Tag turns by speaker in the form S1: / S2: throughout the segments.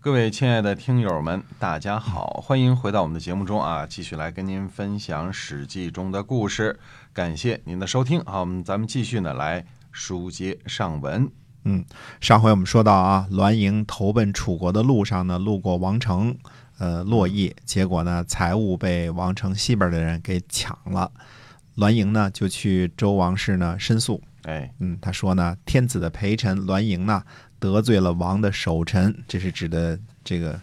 S1: 各位亲爱的听友们，大家好，欢迎回到我们的节目中啊，继续来跟您分享《史记》中的故事。感谢您的收听好，我们咱们继续呢来书接上文。
S2: 上回我们说到啊，栾盈投奔楚国的路上呢，路过王城，呃，洛邑，结果呢，财物被王城西边的人给抢了。栾盈呢，就去周王室呢申诉。
S1: 哎，
S2: 嗯，他说呢，天子的陪臣栾盈呢，得罪了王的守臣，这是指的这个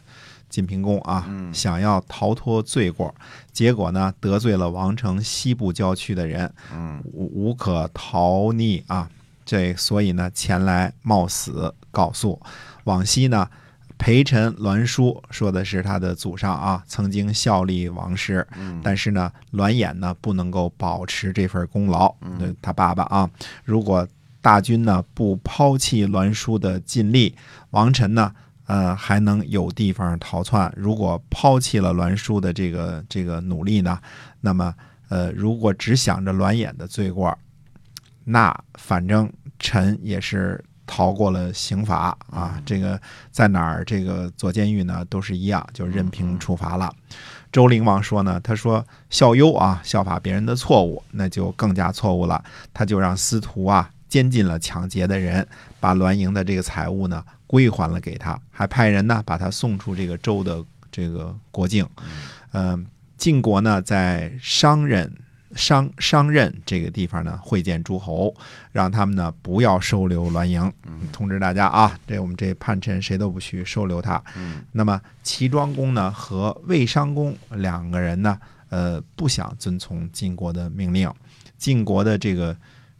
S2: 晋平公啊，
S1: 嗯
S2: 想要逃脱罪过，结果呢，得罪了王城西部郊区的人，
S1: 嗯
S2: 无无可逃匿啊。这所以呢，前来冒死告诉。往昔呢，陪臣栾书说的是他的祖上啊，曾经效力王室，
S1: 嗯，
S2: 但是呢，栾衍呢不能够保持这份功劳，对他爸爸啊，如果大军呢不抛弃栾书的尽力，王臣呢。呃，还能有地方逃窜。如果抛弃了栾书的这个这个努力呢，那么呃，如果只想着栾衍的罪过，那反正臣也是逃过了刑罚啊。这个在哪儿这个坐监狱呢，都是一样，就任凭处罚了。周灵王说呢，他说效尤啊，效法别人的错误，那就更加错误了。他就让司徒啊监禁了抢劫的人，把栾盈的这个财物呢归还了给他，还派人呢把他送出这个州的这个国境。嗯、晋国呢在商人。商商任这个地方呢，会见诸侯，让他们呢不要收留栾盈，
S1: 嗯
S2: 通知大家啊，这我们这叛臣谁都不许收留他。
S1: 嗯
S2: 那么齐庄公呢和魏襄公两个人呢，呃，不想遵从晋国的命令。晋国的这个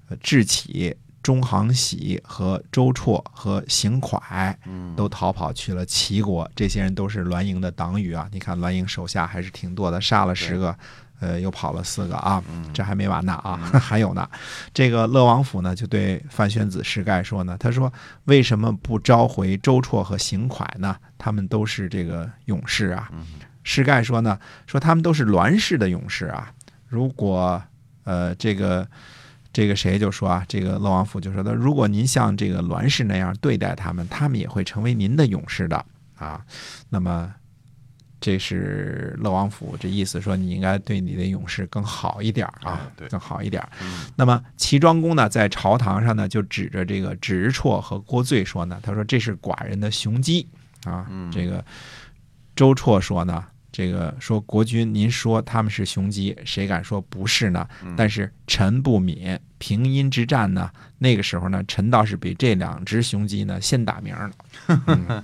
S2: 呃智启、中行喜和周绰和邢蒯
S1: 嗯
S2: 都逃跑去了齐国，这些人都是栾盈的党羽啊。你看栾盈手下还是挺多的，杀了十个，呃，又跑了四个啊。
S1: 嗯
S2: 这还没完呢啊， 还有呢。这个乐王府呢，就对范宣子石盖说呢，他说为什么不召回周绰和邢蒯呢？他们都是这个勇士啊。
S1: 嗯
S2: 石盖说呢，说他们都是栾氏的勇士啊。如果呃这个这个谁就说啊，这个乐王府就说的，如果您像这个栾氏那样对待他们，他们也会成为您的勇士的啊。那么。这是乐王府，这意思说你应该对你的勇士更好一点儿啊
S1: 哎，对
S2: 更好一点儿。
S1: 嗯
S2: 那么齐庄公呢，在朝堂上呢，就指着这个直绰和郭醉说呢，他说这是寡人的雄鸡啊。
S1: 嗯
S2: 这个周绰说呢，这个说国君您说他们是雄鸡，谁敢说不是呢？但是臣不敏，平阴之战呢，那个时候呢，臣倒是比这两只雄鸡呢先打鸣了。嗯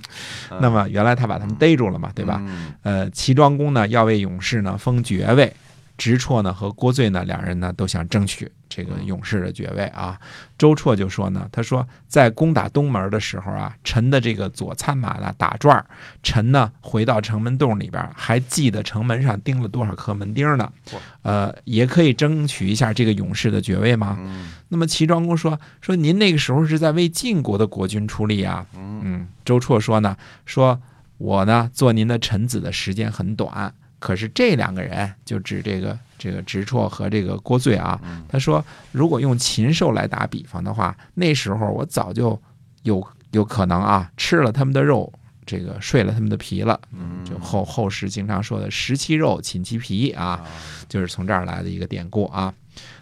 S2: 那么原来他把他们逮住了嘛，对吧？
S1: 嗯
S2: 呃，齐庄公呢要为勇士呢封爵位，直绰呢和郭醉呢两人呢都想争取这个勇士的爵位啊。周绰就说呢，他说在攻打东门的时候啊，臣的这个左参马呢打转儿，臣呢回到城门洞里边儿，还记得城门上钉了多少颗门钉呢
S1: 哇。
S2: 呃，也可以争取一下这个勇士的爵位吗？
S1: 嗯
S2: 那么齐庄公说说您那个时候是在为晋国的国君出力啊，
S1: 嗯
S2: 嗯，周绰说呢，说我呢做您的臣子的时间很短，可是这两个人就指这个这个直绰和这个郭醉啊，
S1: 嗯
S2: 他说如果用禽兽来打比方的话，那时候我早就有有可能啊吃了他们的肉，这个睡了他们的皮了，
S1: 嗯
S2: 就后后世经常说的食其肉，寝其皮啊，
S1: 啊
S2: 就是从这儿来的一个典故啊。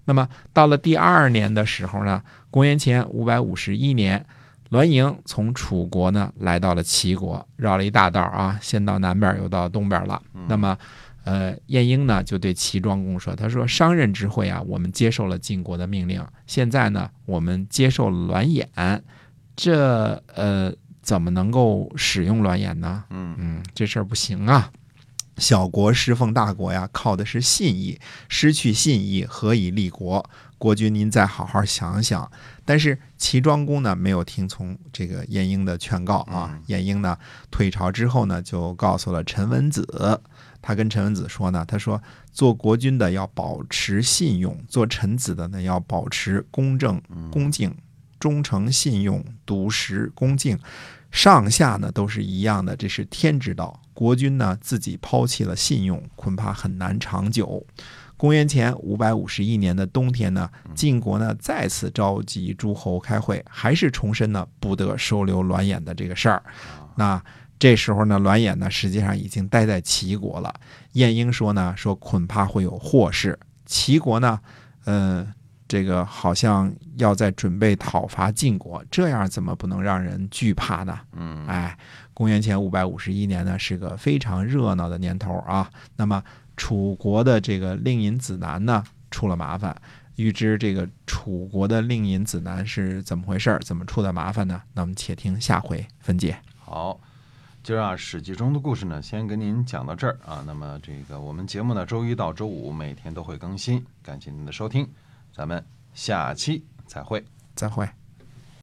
S2: 那么到了第二年的时候呢，公元前五百五十一年，栾盈从楚国呢来到了齐国，绕了一大道啊，先到南边儿，又到东边儿了。那么，呃，晏婴呢就对齐庄公说：“他说商人之会啊，我们接受了晋国的命令，现在呢，我们接受了栾衍，这呃怎么能够使用栾衍呢？
S1: 嗯
S2: 嗯，这事儿不行啊。”小国侍奉大国呀，靠的是信义。失去信义，何以立国？国君，您再好好想想。但是齐庄公呢，没有听从这个晏婴的劝告啊
S1: 嗯。
S2: 晏婴呢，退朝之后呢，就告诉了陈文子。他跟陈文子说呢，他说做国君的要保持信用，做臣子的呢要保持公正、
S1: 嗯
S2: 恭敬、忠诚、信用、笃实、恭敬。上下呢都是一样的，这是天之道。国君呢自己抛弃了信用，恐怕很难长久。公元前五百五十一年的冬天呢，晋国呢再次召集诸侯开会，还是重申呢不得收留栾衍的这个事儿。那这时候呢，栾衍呢实际上已经待在齐国了。晏婴说呢，说恐怕会有祸事。齐国呢，嗯，这个好像要在准备讨伐晋国，这样怎么不能让人惧怕呢？
S1: 嗯，
S2: 哎，公元前五百五十一年呢，是个非常热闹的年头啊。那么楚国的这个令尹子南呢，出了麻烦。预知这个楚国的令尹子南是怎么回事儿，怎么出的麻烦呢？那我们且听下回分解。
S1: 好，今儿啊《史记》中的故事呢，先跟您讲到这儿啊。那么这个我们节目呢，周一到周五每天都会更新，感谢您的收听，咱们下期再会。
S2: 再会。